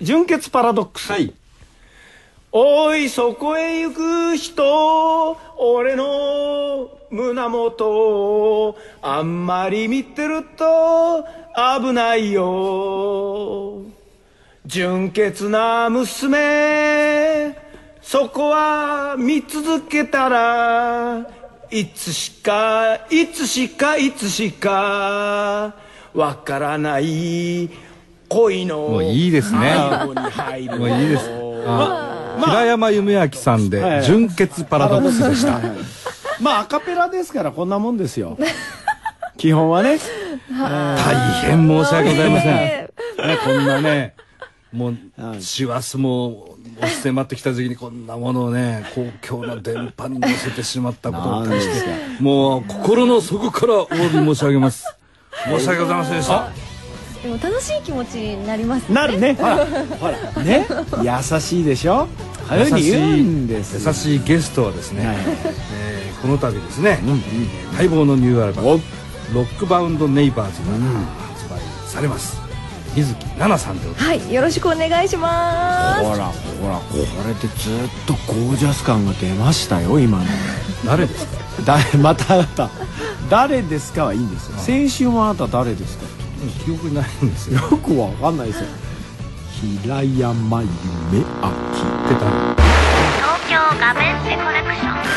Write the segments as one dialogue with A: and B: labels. A: 純潔パラドックス。
B: はい。
A: おい、そこへ行く人、俺の胸元をあんまり見てると危ないよ。純潔な娘、そこは見続けたらいつしか、いつしか、いつしか、わからない恋の
B: もういいですね
A: 迷子に入る
B: もういいです。あ平山夢明さん
C: は
B: で、
C: い
B: 純潔パラドックスでした。
C: まあアカペラですからこんなもんです よ基本はね
B: 大変申し訳ございません。ね
D: ね、
B: こんなね、も
C: は
B: う、
C: い
B: 師走も押し迫ってきた時期にこんなものをね、公共の電波に乗せてしまったこと
C: な
B: に
C: ん
B: 対
C: で
B: して、
C: すか
B: もう心の底からお詫び申し上げ ます。申し訳ございませんでした。
D: でも楽しい気持ちになりますね
C: なるねほらほらね優しいでしょ早いに言うんですよ
B: 優しいゲストはですね、
C: はい
B: えーこの度ですね、待望のニューアルバム「ロックバウンド・ネイバーズ」が発売されます水木奈々さんでございます
D: はいよろしくお願いします
C: ほらほらこれでずっとゴージャス感が出ましたよ今の
B: 誰ですか
C: だ またあなた誰ですかはいいんですよ先週もあなた誰ですか
B: 記憶にないんですよ
C: よくわかんないですよ平山夢明
B: 言ってた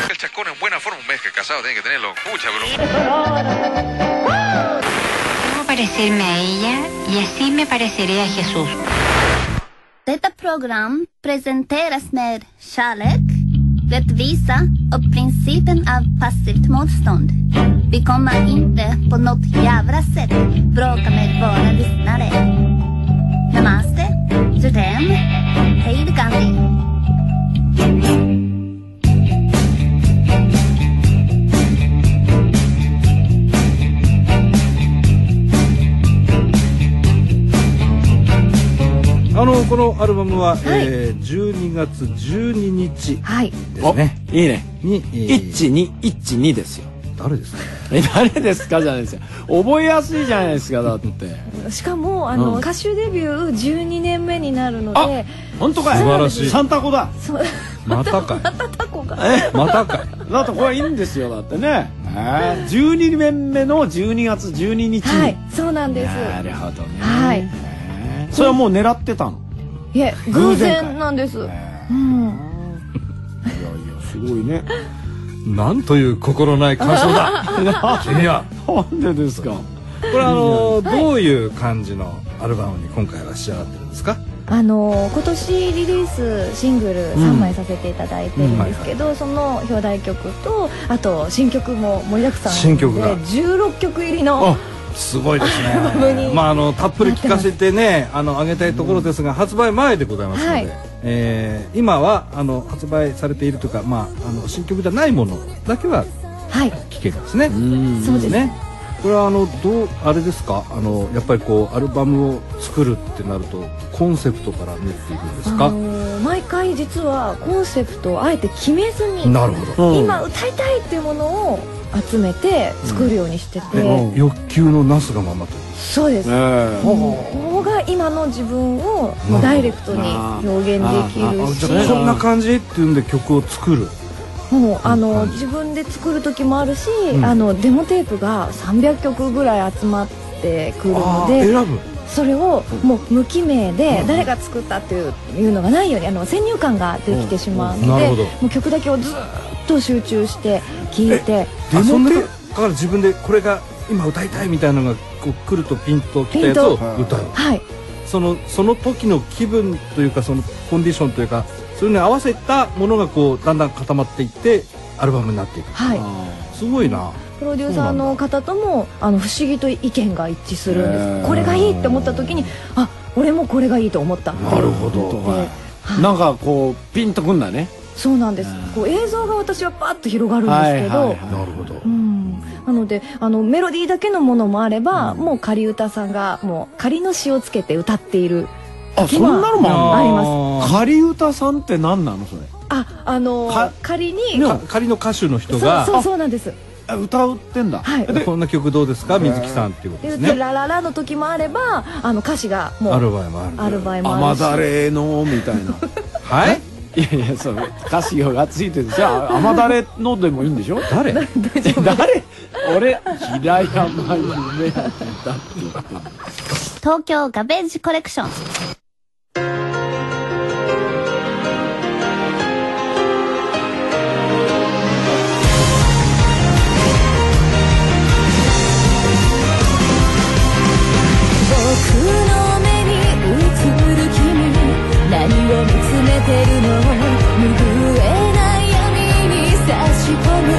E: El chascón en buena forma, un mes que casado tiene que tenerlo. Mucha broma.
F: Debo parecerme a ella y así me pareceré a Jesús.
G: Detta program presenteras med kärlek, rättvisa och principen av passivt motstånd. Vi kommer inte på något jävla sätt bråka med våra lyssnare. Namaste, Judem, Hej då, Gandhi.
B: あのこのアルバムは、えー12月12日
D: はい
B: ですね
C: いいね
B: に、えー
C: 1212ですよ
B: 誰ですか
C: え誰ですかじゃないですよ覚えやすいじゃないですかだって
D: しかもあの、
C: うん
D: 歌手デビュー12年目になるので
C: 本当かい
B: 素晴らしい
C: サンタコだ
D: そう
B: またかい
D: またタコが
B: またかい
C: だってこれいいんですよだってね12年目の12月12日に、
D: はいそうなんです
C: なるほどね
D: はい
C: それはもう狙ってたの
D: いえ偶然なんです
C: いやいやすごいね
B: なんという心ない感想 だ君は
C: なんでですか
B: これあのどういう感じのアルバムに今回は仕上がってるんですか
D: あの今年リリースシングル3枚させていただいてるんですけど、その表題曲とあと新曲も盛りだくさんで
B: 新曲が
D: 16曲入りの
B: すごいですね
D: アルバム。 に
B: まああのたっぷり聞かせてね、あのあげたいところですが、発売前でございますので、
D: はい
B: えー今はあの発売されているというか、まああの新曲じゃないものだけは
D: はい
B: 聞けるんですね。
D: そうです
B: ね。これはあのどうあれですか。あのやっぱりこうアルバムを作るってなるとコンセプトから練っていくんです
D: あ
B: か。
D: の毎回実はコンセプトをあえて決めずに
B: なるほど。
D: 今歌いたいっていうものを集めて作るようにしてて、
B: ね欲求のなすがままという。
D: そうです、
C: え
D: ここが今の自分をもうダイレクトに表現できるし
C: うん
B: こんな感じっていうんで曲を作る。
D: もうあの自分で作る時もあるし、あのデモテープが300曲ぐらい集まってくるの
B: ああ選
D: で
B: ぶ。
D: それをもう無記名で誰が作ったっていういうのがないようにあの先入観ができてしまう
B: うんな
D: の
B: るほ
D: で、
B: ど
D: もう曲だけをずっと集中して聴いて
B: あそんなだから自分でこれが今歌いたいみたいなのがこう来るとピンときたやつを
D: ピン
B: 歌う
D: はい
B: そのその時の気分というかそのコンディションというかそういうのに合わせたものがこうだんだん固まっていってアルバムになっていく
D: はい
B: すごいな
D: プロデューサーの方ともあの不思議と意見が一致するんです、これがいいって思った時にあ俺もこれがいいと思ったって
B: なるほ
C: 本当
B: ど
C: かいなんかこうピンとくんだね
D: そうなんですこう映像が私はパッと広がるんですけど、
C: はいはいはい
B: なるほど
D: うんなのであのメロディーだけのものもあれば、もう仮歌さんがもう仮の詞をつけて歌っている
C: あそんなのもあ
D: あ
C: ん
D: り
C: の
D: ま
C: 仮歌さんって何なのそれ
D: ああの
C: か
D: 仮に、
B: か仮の歌手の人
D: そう
B: が
D: そうそうなんです
C: あ歌ってんだ。
D: はい
B: こんな曲どうですか水木さんっていうことで
D: です言って
B: ね
D: ラララの時もあればあの歌詞がもう
B: ある場合もある
D: ある場合もあ
C: 甘
D: るし
C: だれのみたいな。
B: はい
C: いやいや、そう、歌詞がついてるじゃあ、甘だれのでもいいんで しょ
B: 誰
C: 誰俺、平山夢明だって言ってる
G: 東京ガベージコレクション
H: 僕の目に映る君何を見つめてるの拭えない闇に差し込む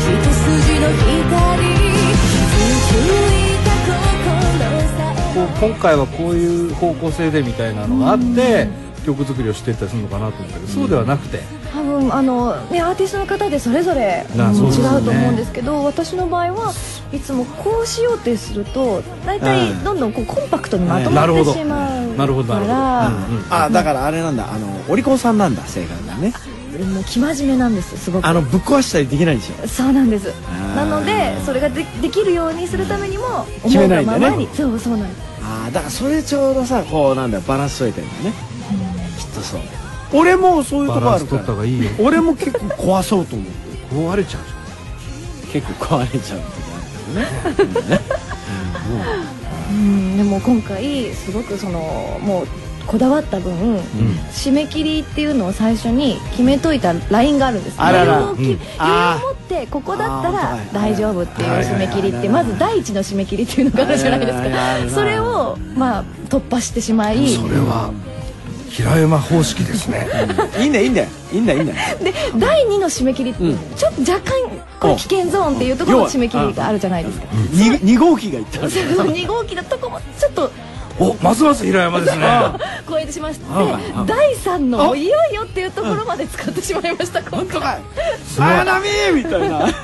H: 一筋の光傷ついた心さえ
B: こう今回はこういう方向性でみたいなのがあって曲作りをしていったりするのかなと思ったけどそうではなくて
D: 多分あの、ね、アーティストの方でそれぞれ
B: あ
D: うん
B: そうです
D: 違
B: よね
D: うと思うんですけど私の場合はいつもこうしようってすると大体どんどんこうコンパクトにまとま
B: なる
D: っ
B: ほ
D: て
B: ど
D: しまう
B: なるほど
D: か
B: なるほ
D: ら
B: どうんうん
C: あ、だからあれなんだ、あの、お利口さんなんだ、正解がね。
D: もう生真面目なんですすごく
C: あの、ぶっ壊したりできないでし ょ。
D: そうなんです
C: ー
D: なのでそれがでできるようにするためにも思
C: 決め
D: う
C: な
D: が
C: いんだ
D: ま
C: ね
D: まにそうそうなんです
C: ああだからそれちょうどさこうなんだよバランス取れてるんだよねきっとそう俺もそういうと
B: バ
C: こ
B: ラ
C: あ
B: ン
C: る
B: ス
C: か
B: 取った方
C: ら
B: がいいよ
C: 俺も結構壊そうと思って
B: 壊れちゃうじ
C: 結構壊れちゃうとこ
D: うんでも今回すごくそのもうこだわった分締め切りっていうのを最初に決めといたラインがあるんです
C: あらら
D: 余裕をき
B: うん
D: 余裕を持ってここだった
C: あ
D: ら
C: ー
D: 大丈夫っていう締め切りって
C: はいはいはい
D: まず第一の締め切りっていうのがあるじゃないです
C: はいはいはいは
D: か
C: い
D: それをまあ突破してしまい
B: ゃんそれは平山方式ですね
C: あるいいんだよいいんだよいいんだよいいんだよ
D: で第2の締め切りって
C: うん
D: ちょっと若干これ危険ゾーンっていうところの締め切りがあるじゃないですか
C: 2号機がいった
D: 2号機のとこもちょっと
B: おますます平山ですね
D: 超えてしまして
C: うんうん
D: 第3のいよいよっていうところまで使ってしまいました今回
B: すごい
C: あなみーみたいな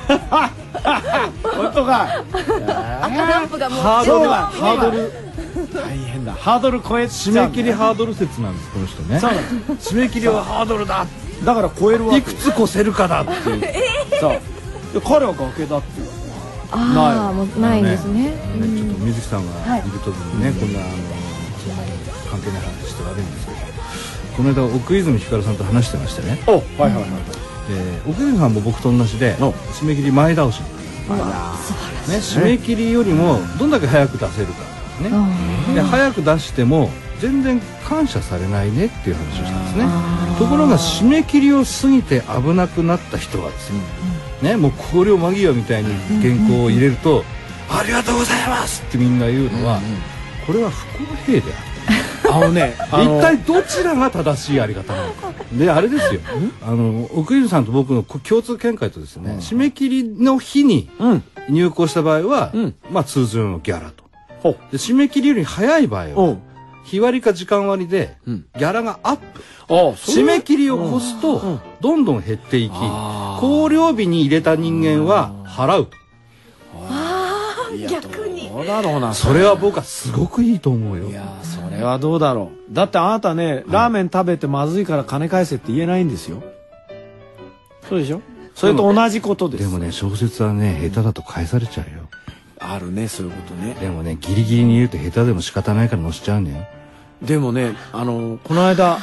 C: 本当か
D: 赤ランプがもう
C: ハー
D: 自動
C: ドル
D: みたいな
C: ハードル大変だハードル超えち
B: 締
C: ゃう
B: め切りハードル説なんですこの人ね
C: そうなの
B: 締め切りはハードルだ
C: だから超えるわけ
B: いくつ越せるかだっていうね
C: そうで彼は崖だっていう
D: ああもうないんですね
B: ちょっと水木さんが
D: はい
B: いる時にねこんなあの関係ない話して悪いんですけどこの間奥泉ひかるさんと話してましてね
C: おはいはいはい
B: で奥泉さんも僕と同じで
C: お
B: 締め切り前倒しなんですね締め切りよりもどんだけ早く出せるかねで早く出しても全然感謝されないねっていう話をしたんですねところが締め切りを過ぎて危なくなった人はですね,、ねもう考慮間際みたいに原稿を入れると「ありがとうございます!」ってみんな言うのは、これは不公平である
C: あのねあの
B: 一体どちらが正しいあり方なのかであれですよあの奥泉さんと僕の共通見解とですね、締め切りの日に
C: うん
B: 入稿した場合は、
C: うん
B: まあ通常のギャラと
C: ほう
B: で締め切りより早い場合
C: お
B: は日割りか時間割りで
C: うん
B: ギャラがアップ、
C: あ
B: 締め切りを越す
C: うんうん
B: とどんどん減っていき
C: あー
B: 考慮日に入れた人間は払うと
D: 逆に
C: どうだろうな
B: それは僕はすごくいいと思うよ
C: いやーそれはどうだろうだってあなたね、ラーメン食べてまずいから金返せって言えないんですよそうでしょそれと同じことです
B: でもね小説はね下手だと返されちゃうよ
C: あるねそういうことね
B: でもねギリギリに言うと下手でも仕方ないから乗しちゃうのよ
C: でもねあのこの間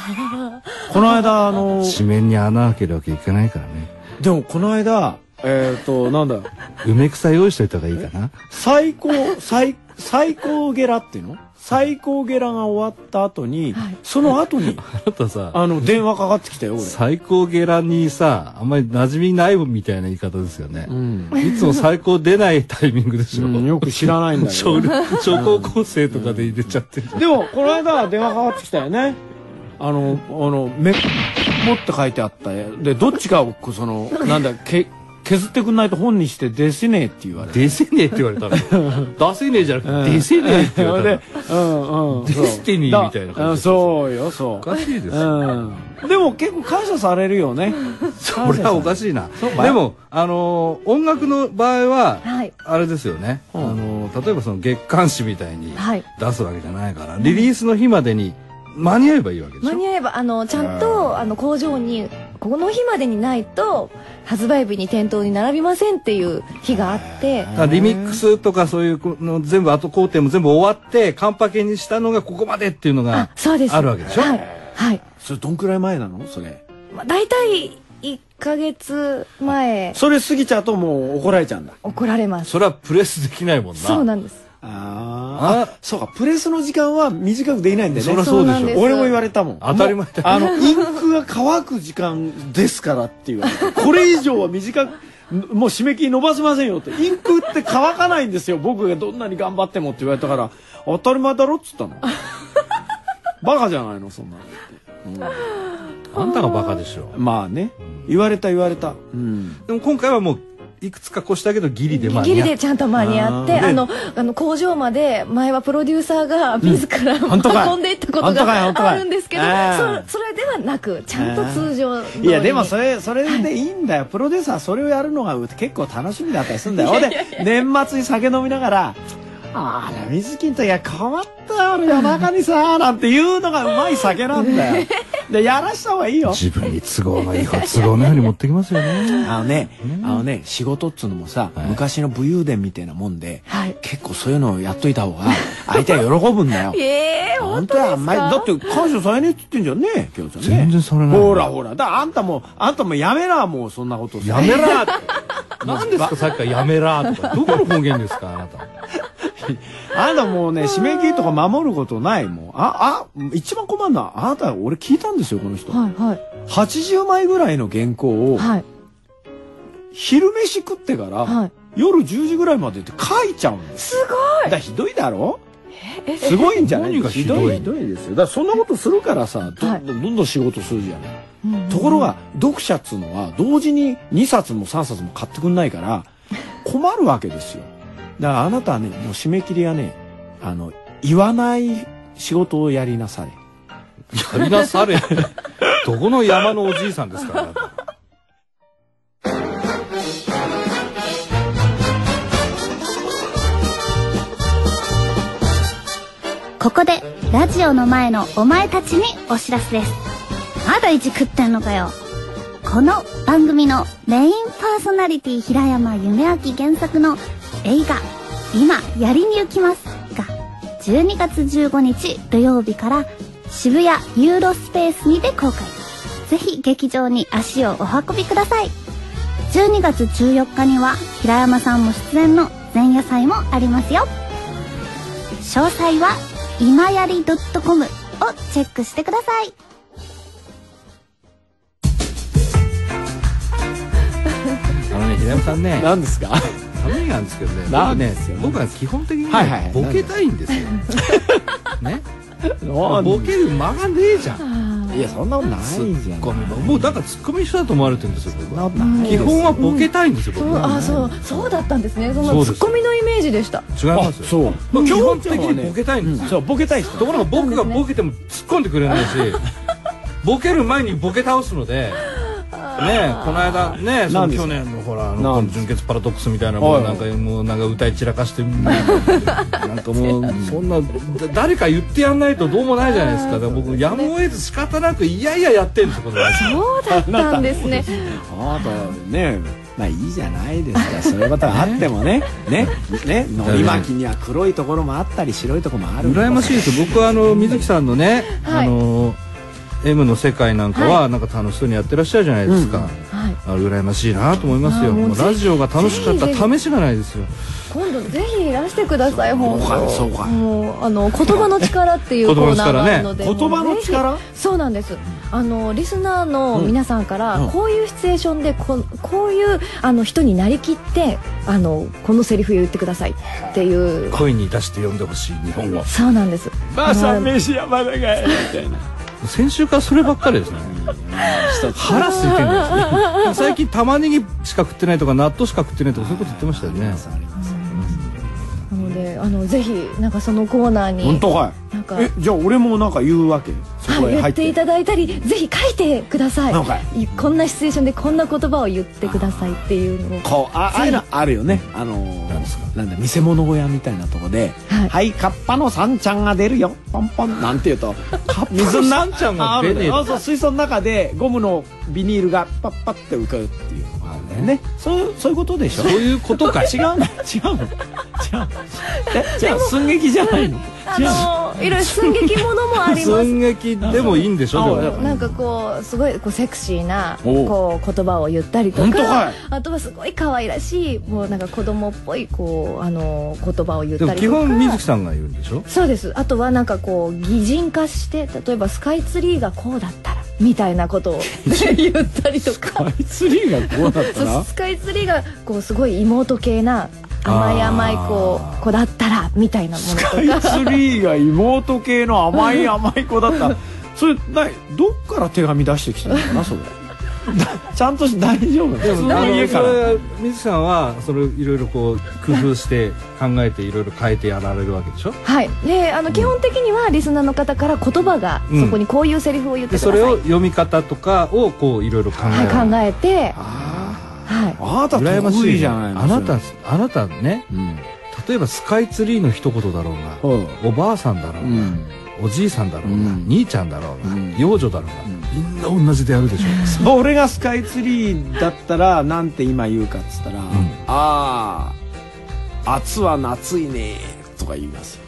C: この間あの
B: 紙面に穴開けるわけいかないからね
C: でもこの間えっ、となんだ
B: 梅草用意しといた方がいいかな
C: 最高最最高ゲラっていうの最高ゲラが終わった後に、その後に
B: あなたさ
C: あの電話かかってきたよ俺
B: 最高ゲラにさあんまり馴染みないみたいな言い方ですよね、
C: うん、
B: いつも最高出ないタイミングでしょ、
C: うんよく知らないんだけ
B: 小
C: ど
B: 小高校生とかで入れちゃってる、
C: でも、この間電話かかってきたよね。あの、あの、め、もって書いてあったよ。で、どっちかを、こうその、なんだ、け、削ってくんないと本にして出せねえって言われ て。
B: 出せねえって言われたの出せねえじゃなくて出せねえって言われ
C: で
B: たの、
C: うんうん。そう
B: デスティニーみたいな感じ
C: だうんそうよ、そ
B: おかしいです
C: う。
B: よ、
C: うん。でも結構感謝されるよね。
B: それはおかしいなでもあのー音楽の場合は、
D: はい
B: あれですよね、
C: うん
B: あのー例えばその月刊誌みたいに
D: はい
B: 出すわけじゃないから、リリースの日までに間に合えばいいわけでしょ
D: 間に合えばあのちゃんとあの工場にここの日までにないと発売日に店頭に並びませんっていう日があって
B: だからリミックスとかそういうの全部後工程も全部終わってカンパケにしたのがここまでっていうのが
D: あそうです
B: あるわけでしょ
D: はい、はい
C: それどんくらい前なのそれ
D: まあ、大体1ヶ月前
C: それ過ぎちゃうともう怒られちゃうんだ
D: 怒られます
B: それはプレスできないもんな
D: そうなんです
C: ああそうかプレスの時間は短くできないんだよね
B: そりゃそうでしょそうなん
D: です
C: 俺も言われたもん
B: 当たり前だよ
C: もうあのインクが乾く時間ですからっていうこれ以上は短くもう締め切り伸ばせませんよってインクって乾かないんですよ僕がどんなに頑張ってもって言われたから当たり前だろっつったのバカじゃないのそんなの
B: あんたがバカでしょ
C: まあね言われた言われたうん
B: でも今回はもういくつか越したけどギリでまあ
D: ギリでちゃんと間に合って
B: あー
D: あのあの工場まで前はプロデューサーが自ら、
C: 本当かい
D: 運んでいったこと
C: 本当かい本当か
D: が
C: い
D: あるんですけど
C: あー
D: そそれではなくちゃんと通常通りに
C: いやでもそれそれでいいんだよ、プロデューサーはそれをやるのが結構楽しみだったりするんだよほんで年末に酒飲みながら「あら水木の時は変わったよ俺夜中にさ」なんて言うのがうまい酒なんだよでやらした方がいいよ
B: 自分に都合のいい方都合のように持ってきますよね
C: あのね、あのね、仕事っつうのもさ、昔の武勇伝みたいなもんで、
D: はい
C: 結構そういうのをやっといた方が、相手は喜ぶん だよ。
D: ええ
C: 本当はあんまり、だって感謝されねえって言ってんじゃんね、きょちゃんね。
B: 全然されない
C: ほらほら。だからあんたも、あんたもやめな、もうそんなこと。
B: やめ らーって何ですかさっきからやめらーとかどこの方言ですかあなた
C: あんたもうね、締め切りとか守ることない、もう。あ、あ、一番困るのは、あなた、俺聞いたんですよ、この人。
D: はいはい
C: 80枚ぐらいの原稿を、
D: はい
C: 昼飯食ってから、
D: はい
C: 夜10時ぐらいまでって書いちゃうんです。
D: すご
C: だ
D: い
C: からひどいだろすごいんじゃない
B: 何がひどいの
C: ひどいですよだからそんなことするからさど,、
D: はい
C: どんどん仕事するじゃない、
D: うん
C: ところが読者っつうのは同時に2冊も3冊も買ってくんないから困るわけですよだからあなたはねもう締め切りはねあの言わない仕事をやりなされ
B: やりなされ どこの山のおじいさんですかあなた
G: ここでラジオの前のお前たちにお知らせですまだいじくってんのかよこの番組のメインパーソナリティ平山夢明原作の映画「今やりに行きます」が12月15日土曜日から渋谷ユーロスペースにて公開ぜひ劇場に足をお運びください12月14日には平山さんも出演の前夜祭もありますよ詳細は今やり .com をチェックしてください
B: あのね平山さんね
C: 何ですか
B: ためになんですけどね
C: な
B: 僕
C: んで
B: ね
C: すよ
B: 僕は基本的にね
C: はいはいはい
B: ボケたいんです よねボ
C: ボ
B: ケる間がねえじゃん
C: いやそんなことないじゃん
B: ゴミももうだからツッコミの人だと思われてるんですよ僕は基
C: 基
B: 本はボケたいんですよ、
D: そう
B: 僕は
D: あそうそうだったんですねそ
B: そう
D: の
B: です
D: ツッコミのイメージでした
B: 違いますよ
C: そう
B: まあ基本的にボケたいんですよ
C: そうボケたい人
B: ところが僕がボケても突っ込んでくれない しボケる前にボケ倒すので。ねえこの間ねそ
C: な
B: の
C: んです
B: 去年のほらあ
C: な
B: の
C: んです
B: 純潔パラドックスみたいなもう
C: は
B: ないんかもうなんか歌い散らか してなんかもうそんなだ誰か言ってやんないとどうもないじゃないですかだから僕やむを得ず仕方なくいやいややってんですこれは
D: そうだったんですね
C: あなたねまあいいじゃないですかそういうことはあってもねねねのり巻きには黒いところもあったり白いところもある
B: 羨ましいです僕はあの水木さんのね、
D: はい
B: あの M の世界なんかはなんか楽しそうにやってらっしゃるじゃないですか、
D: はい
B: あれ羨ましいなと思いますよ
D: あーもう
B: もう
D: ぜ
B: ラジオが楽しかった
D: ぜひぜ
B: 試しがないですよ
D: 今度ぜひいらしてください本当
C: そうか
D: もうあの言葉の力ってい
B: 言
D: うコ
B: 葉の
D: ーナー
B: 力
D: が
B: ね
D: あるので、
C: 言葉の
D: もうぜひ
C: 力
D: そうなんですあのリスナーの皆さんから、こういうシチュエーションでここういうあの人になりきってあのこのセリフ言ってくださいっていう
B: 声に出して読んでほしい日本語
D: そうなんです
C: ばあさん
D: あの
C: 飯山だがいみたいな
B: 先週からそればっかりですね腹空いてるんですね最近玉ねぎしか食ってないとか納豆しか食ってないとかそういうこと言ってましたよね
D: なのであのぜひなんかそのコーナーに
C: 本当か
D: なんか
C: いえじゃあ俺もなんか言うわけそこ
D: はい、
C: へ
D: 言
C: 入
D: っ
C: ってて
D: いただいたりぜひ書いてくださ
C: なんか
D: いいこんなシチュエーションでこんな言葉を言ってくださいっていうのを
C: こうあああいうのあるよねあのー
B: 何ですか
C: なんだ見せ物小屋みたいなとこで「は、
D: はいい
C: カッパの三ちゃんが出るよポンポン」なんて言うと水の
B: 三ちゃんが出ねえ
C: あ
B: の
C: あそう水槽の中でゴムのビニールがパッパッて浮かぶっていうのがあるんだよねそういうそういうことでしょ
B: そういうことか
C: 違うの違うの違うのえじゃあ寸劇じゃないの違うの
D: あのいろいろ寸劇ものもあります
B: 寸劇でもいいんでしょ
C: あ
B: でも
C: そう
D: なんかこうすごいこうセクシーな
C: おう
D: こう言葉を言ったりと
C: 本当
D: か
C: かい
D: あとはすごい可愛らしいもうなんか子供っぽいこうあの言葉を言っ
B: で
D: た
B: も
D: り
B: 基
D: とか
B: 本水木さんが言うんでしょ
D: そうですあとはなんかこう擬人化して例えばスカイツリーがこうだったらみたいなことを言ったりとか
C: あいつリーがこうだった
D: そう
C: ら
D: スカイツリーがこうすごい妹系な甘い甘いこ
B: あー
D: う子だったらみたいなも
C: スカ
D: のと
C: イ
D: か
C: ツリーが妹系の甘い甘い子だったそれなどっから手紙出してきたのかなそれ ちゃんとし大丈夫で
B: あの
C: 家か
B: そ
C: ら
B: れ水木さんはそれいろいろこう工夫して考えていろいろ変えてやられるわけでしょ
D: はいであの基本的にはリスナーの方から言葉が
B: うん
D: そこにこういうセリフを言ってく
B: で
D: ださい、
B: それを読み方とかをこういろいろ考えられ
D: はい、
B: る
D: 考えて
C: あ
D: はい
C: ーあなた
B: 羨ま
C: 得
B: し
C: 意
B: い
C: じ
B: ね
C: ゃないの
B: あなた
C: そ
B: あなたね
C: れうん
B: 例えばスカイツリーの一言だろう
C: うん
B: がおばあさんだろうが、
C: うん
B: おじいさんだろうが、
C: うん
B: 兄ちゃんだろうが、
C: うん
B: 幼女だろうが、みんな同じでやるでしょ
C: 俺がスカイツリーだったらなんて今言うかっつったら「ああ暑は夏いね」とか言いますよ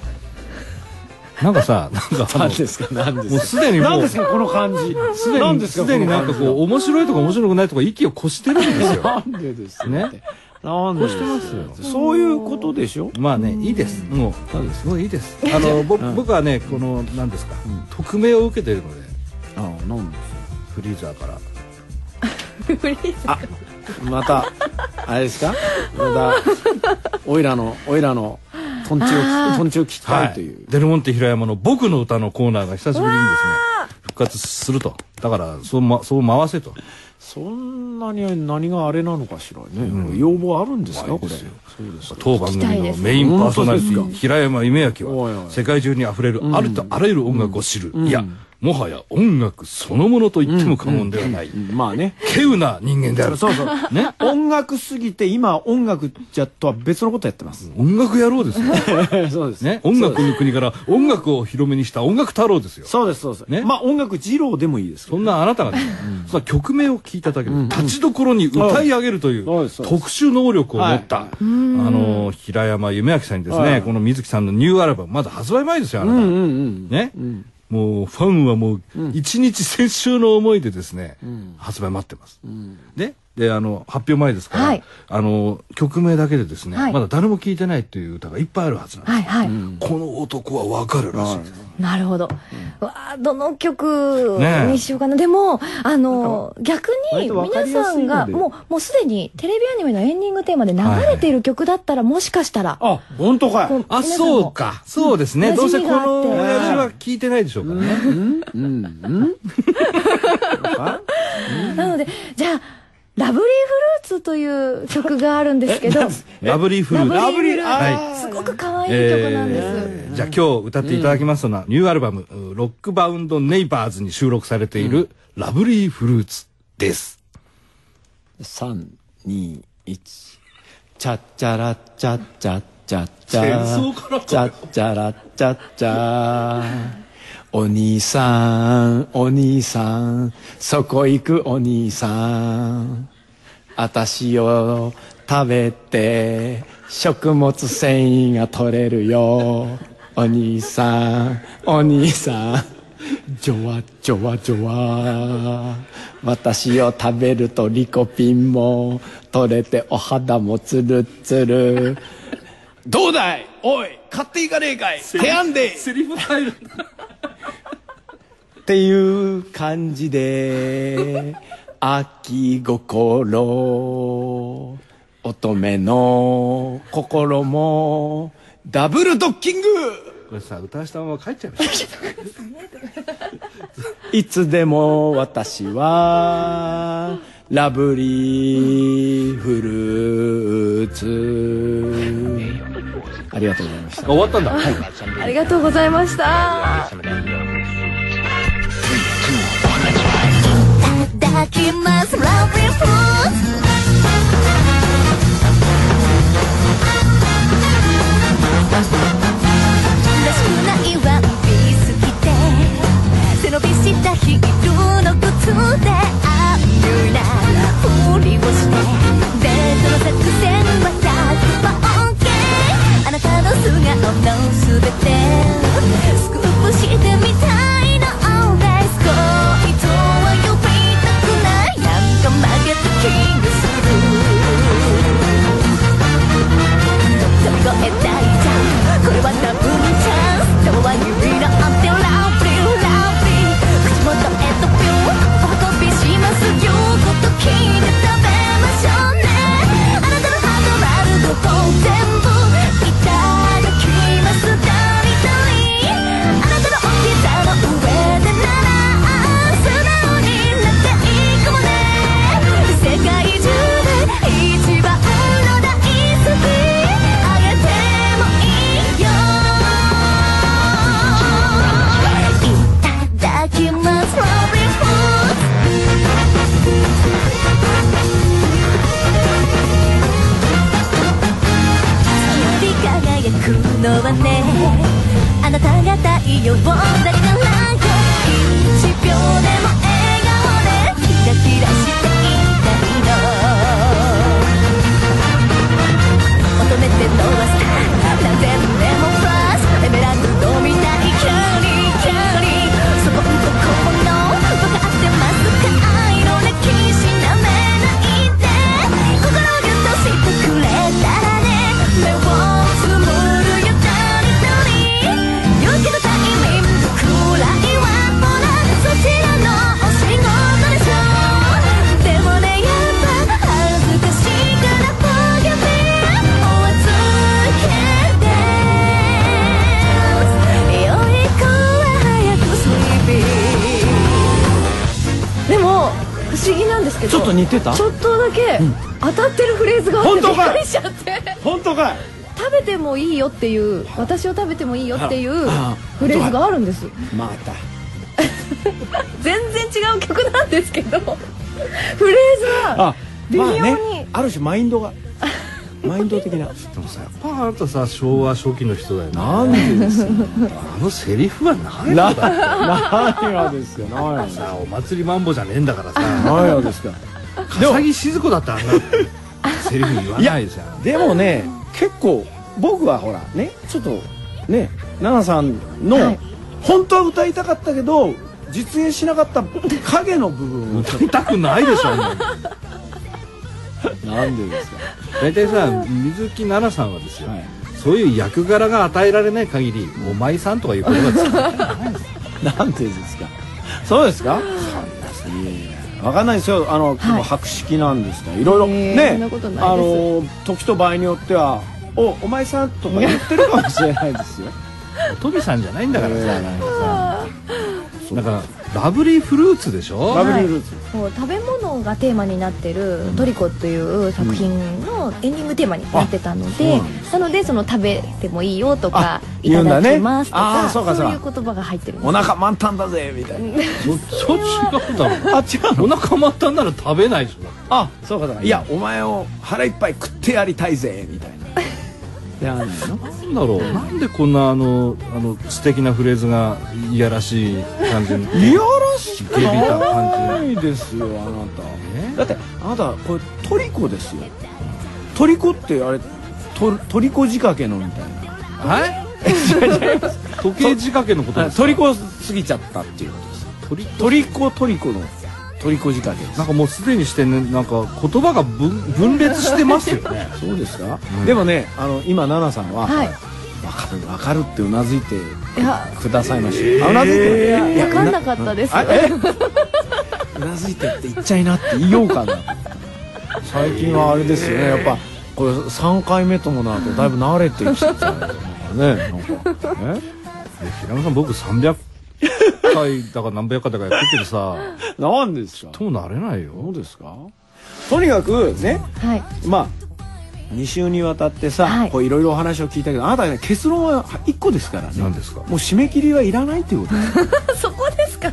B: なんかさなん かあの
C: 何ですか何です
B: もう
C: か
B: すでにも
C: 何
B: う
C: ですかこの感じ
B: すで
C: 何
B: に
C: ですか
B: すでになんかこう面白いとか面白くないとか息を越してるんですよ
C: なんでですね
B: ね
C: なんでしてますよそういうことでしょ
B: まあねいいですもう
C: そうです
B: ごいいいですあのぼ
C: うん
B: 僕はねこの何ですか
C: ん
B: 匿名を受けてるので
C: あなんです
B: フリーザーから
C: またあれですかまたおいらのおいらのとんちを聞
D: あ
C: き
D: ー
C: とんちを聞きたいという、
B: デルモンテ平山の「僕の歌」のコーナーが久しぶりにですね復活するとだからそう,、ま、そう回せと
C: そんなに何があれなのかしらね、要望あるんですかこれそうです
B: 当番組
D: 聞きたい
B: の
D: です
B: メインパーソナリテ
C: 本当
B: ィ
C: です
B: 平山夢明
C: おいお
B: はい世界中にあふれるありとあらゆる音楽を知る、いやもはや音楽そのものと言っても過言ではない
C: うんまあね
B: 稀有な人間である
C: そうそう
B: ね
C: 音楽すぎて今音楽じゃとは別のことやってます、
B: 音楽野郎ですよ
C: そうです
B: ね音楽の国から音楽を広めにした音楽太郎ですよ
C: そうですそうです、
B: ね
C: まあ音楽二郎でもいいですけ
B: そ
C: ど
B: んなあなたがね、その曲名を聞いただけで、立ちどころに歌い上げるという
C: そう
B: 特
C: ですそうです
B: 殊能力を持った、
C: はい
B: あのー、平山夢明さんにです
C: は
B: ね、
C: い
B: この水木さんのニューアルバム、まだ発売前ですよ、あなた。
C: うんうん
B: ね、もうファンはもう一日先週の思いでですね、発売待ってます、でであの発表前ですから、
D: はい
B: あの曲名だけでですね、
D: はい
B: まだ誰も聴いてないっていう歌がいっぱいあるはずなんです、
D: はいはい、
B: この男はわかるらしいです、
D: なるほど、うわあどの曲
B: ねえ
D: にしようかな、でもあの逆
C: 割
D: に
C: と分か
D: 皆
C: りや
D: さ
C: すい
D: ん
C: の
D: が
C: で
D: もうもうすでにテレビアニメのエンディングテーマで流れている曲だったら、もしかしたら
C: あ本当かい
D: こう
B: あ、
D: 皆さんも
B: そうか。そうですね。
D: 馴
B: どうせ
D: 染
B: こ
D: みがあって
B: の親父は聞いてないでしょうからね。
C: うんうん
D: なのでじゃあ「ラブリーフルーツ」という曲があるんですけ ど
B: ラブリーフルーツ。
D: ラブリーフル
C: ラブリー
D: ー
C: あー
D: ツすごく可愛い曲なんです、
B: えーじゃあ今日歌っていただきますのは、ニューアルバム、うロックバウンドネイバーズに収録されている、ラブリーフルーツです。
C: 321チャッチャラッチャッチャッチャッチャ
B: 戦争からか
C: チャッチャラッチャッチャお兄さんお兄さんそこ行くお兄さんあたしを食べて食物繊維が取れるよお兄さんお兄さんジョワジョワジョワ私を食べるとリコピンも取れてお肌もツルッツルどうだいおい買っていかねえかい手案で
B: セリフ入る。
C: っていう感じで秋心乙女の心もダブルドッキング
B: これさ、歌わしたまま帰っちゃいました。
C: いつでも私はラブリーフルーツありがとうございました
B: 終わったんだ。
D: ありがとうございました
H: いただきますラブリーフルーツ
D: なんですけど
C: ちょっと似てた
D: ちょっとだけ当たってるフレーズがあってび
C: 本当
D: っ
C: かい
D: くりしちゃって
C: 本当かい
D: 食べてもいいよっていう私を食べてもいいよっていう
C: ああ
D: フレーズがあるんです
C: また
D: 全然違う曲なんですけど フレーズは
C: あ
D: 微妙に、
C: まあねある種マインド がマインド的な
B: でもさやっぱあなたさ昭和初期の人だよな
C: なんでですよ
B: あの セリフはないの
C: な
B: だ
C: い
B: って
C: がですよない
B: さお祭りマンボじゃねえんだからさ
C: ないがですか
B: 笠木静子だってあんなセリフ言わないじゃん
C: でもね結構僕はほらねちょっとね奈々さんの、
D: はい
C: 本当は歌いたかったけど実現しなかった影の部分を
B: 歌いたくないでしょあんなの
C: なんでですか
B: 大体さ水木奈々さんはですよ、
C: はい
B: そういう役柄が与えられない限り「お前さん」とかいう言葉ですよ
C: なんでですかそうですかわかんないですよあの、でも博識なんですからいろいろ
D: えー
C: ね
D: そんなことないです
C: あの時と場合によっては「おお前さん」とか言ってるかもしれないですよ
B: トビさんじゃないんだからさ、なんかさだからラブリーフルーツでしょ
C: バブリールーツ
D: もう食べ物がテーマになってる「トリコ」っていう作品のエンディングテーマになってたので、なのでその食べてもいいよとか
C: あ
D: 「い
C: 言う
D: た
C: んだ
D: だ
C: ね
D: きます」と
C: あ
D: か,、
C: ーそうかそう
D: そう
C: か
D: いう言葉が入ってるんです
C: お腹満タンだぜみたいな
B: そそっち違うだろ
C: あ違う
B: お
C: の
B: 腹満タンなら食べないでしょ
C: あそうかそうかいやお前を腹いっぱい食ってやりたいぜみたいな であんの
B: なんだろうなんでこんなあのあの素敵なフレーズがいやらしい感じに
C: いやらしく
B: な
C: ないですよあ
B: え
C: なただってあなたこれトリコですよトリコってあれトトリコ仕掛けのみたいな
B: は い時計仕掛けのこと
C: あ
B: ですか
C: トリコ過ぎちゃったっていうことです
B: トリ
C: トリコトリコのトリコ仕掛けです
B: なんかもうすでにしてねなんか言葉が分分裂してますよね
C: そうですか、でもねあの今奈々さんは、
D: はい
C: わかるわかるってうなずいて
D: いや
C: くださいました、あうなずいていやいや
D: 分かんなかったです
C: あえうなずいてって言っちゃいなって言おうかな最近はあれですよねやっぱこれ3回目ともなるとだいぶ慣れてきちゃったんですよねなんかね
B: え平山さん僕300回だか何百回だかやってるけどさ
C: なんですか
B: ともなれないよ
C: うですかとにかくね
D: はい
C: まあ2週にわたってさ、
D: はい
C: い、こういろいろお話を聞いたけどあなたはね結論は1個ですからね
B: 何ですか
C: もう締め切りはいらないっていうことです
D: そこです か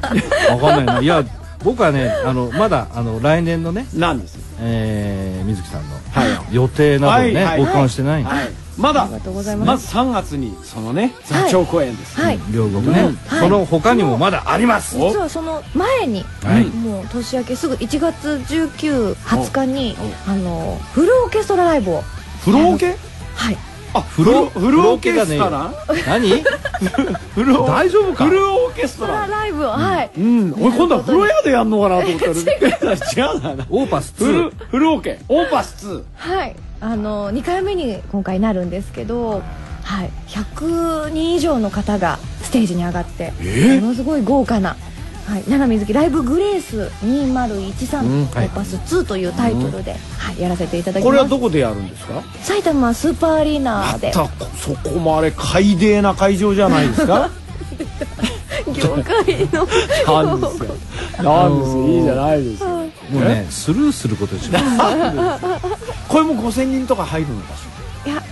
B: わかんないないや僕はねあのまだあの来年のね、
C: なんです
B: えー、水木さんの
C: はい
B: 予定などをね、
C: はいはい
B: 僕はしてない、
C: はいまだ
D: ありがとうございます
C: まず3月にそのね座長公演です、
D: はい
B: 両国ね、
C: うん
D: はい
B: その他にもまだあります、
D: 実はその前に、
B: はい
D: もう年明けすぐ1月1920日にあのフルオーケストラライブを
C: フローケ
D: はい
C: あフロフルオーケストラ
B: 何
C: フルオ
B: 大丈夫か
C: フルオーケスト
D: オーケストラ
C: ラ
D: ライブをはい、
C: うん俺今度はフロ屋でやんのかなと思ったら 違うな
B: オーパス
C: フル
B: 2
C: フルオーケオーパス2
D: はい、あの2回目に今回なるんですけど、はい、100人以上の方がステージに上がって、ものすごい豪華な「はい、奈良みずきライブグレース2013、
C: うん
D: オーパス2」というタイトルで、はい、やらせていただき
C: こ
D: ま
C: れは
D: す
C: どこでやるんですか
D: 埼玉スーパーアリーナで
C: たそこもあれ海底な会場じゃないで すか
D: 業界 の
C: なんですよなんですよいいじゃないですか
B: もうねスルーすることにします
C: これも5000人とか入るのかし
D: いや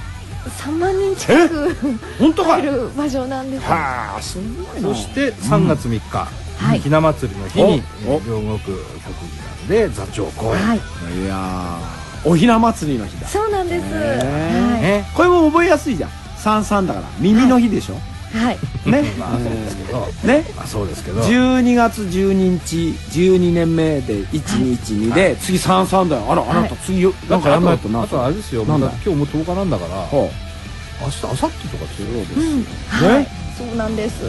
D: 3万人近く
C: ら本当か
D: 入
C: い
D: る場所なんです
C: はあすごいな
B: そして3月3日、
D: はい
B: ひな祭りの日に、え
C: お
B: ー両国国技館で座長公演、
D: はい
C: いやーおひな祭りの日だ
D: そうなんです、
C: ね
B: ね
C: これも覚えやすいじゃん三三だから耳の日でしょ、
D: はい、はい、
C: ね
B: まあそうですけど
C: ね
B: まあそうですけど
C: 12月12日12年目で112で、次33だよあらあなた次よ、なんかやんないとな
B: あとあとあれですよま
C: なんだ
B: だ今日も10日なんだから明
C: ほ
B: 日明後日とかっていうことで
D: うん
C: ね
D: はい、そうなんです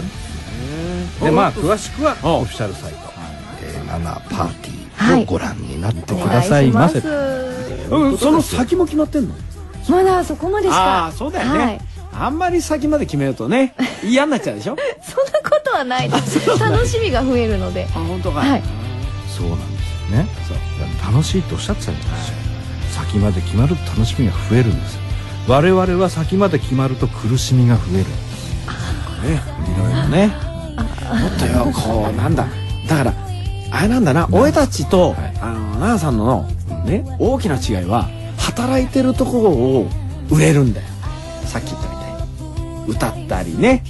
B: でまあ詳しくは
C: お
B: オフィシャルサイト「えーナナパーティ
D: は
B: ー」
D: い
B: をご覧になって
D: お
B: く
D: 願
B: だ
D: い
B: さい
D: し
B: ま
D: ま
B: せ、
D: す
C: ううんその先も決まってんの
D: まだそこまでしか
C: ああそうだよね、
D: はい、
C: あんまり先まで決める とね嫌になっちゃうでしょ
D: そんなことはないです楽しみが増えるので
C: あ本当か
D: はい
B: そうなんですよね楽しいとおっしゃってたんですよ先まで決まると楽しみが増えるんです我々は先まで決まると苦しみが増える
C: ねいろいろねもっとよこうなんだだからあれなんだな俺たちと、
B: はい
C: あの奈々さんのね大きな違いは働いてるところを売れるんだよさっき言ったみたいに歌ったりね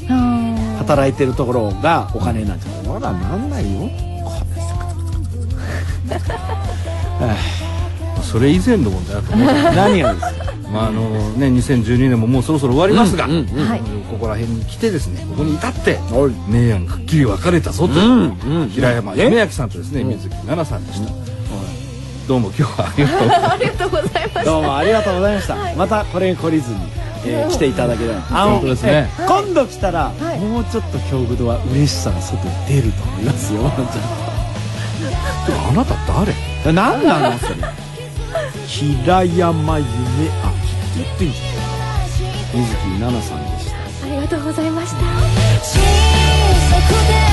C: 働いてるところがお金になんじゃうまだなんないよ
B: それ以前の問題だと思うけ
C: 何がですか
B: どまああのね2012年ももうそろそろ終わりますが、
C: うんうん
D: はい
B: ここら辺に来てですねここに至って
C: おい
B: 明暗がっきり分かれたぞという、
C: うんうん
B: 平山夢明さんとですね水木奈々さんでした、どうも今日はありがとう
D: ありがとうございました
C: どうもありがとうございました、またこれに懲りずに、えー来ていただければあ
B: 本当ですね
C: えー今度来たら、
D: はい
C: もうちょっと京具堂は嬉しさが外に出ると思いますよワンち
B: あなた誰
C: ゃん何なのそれ平山夢あずっといいんじゃん水木奈々さんでした
D: ありがとうございました
H: 小さくて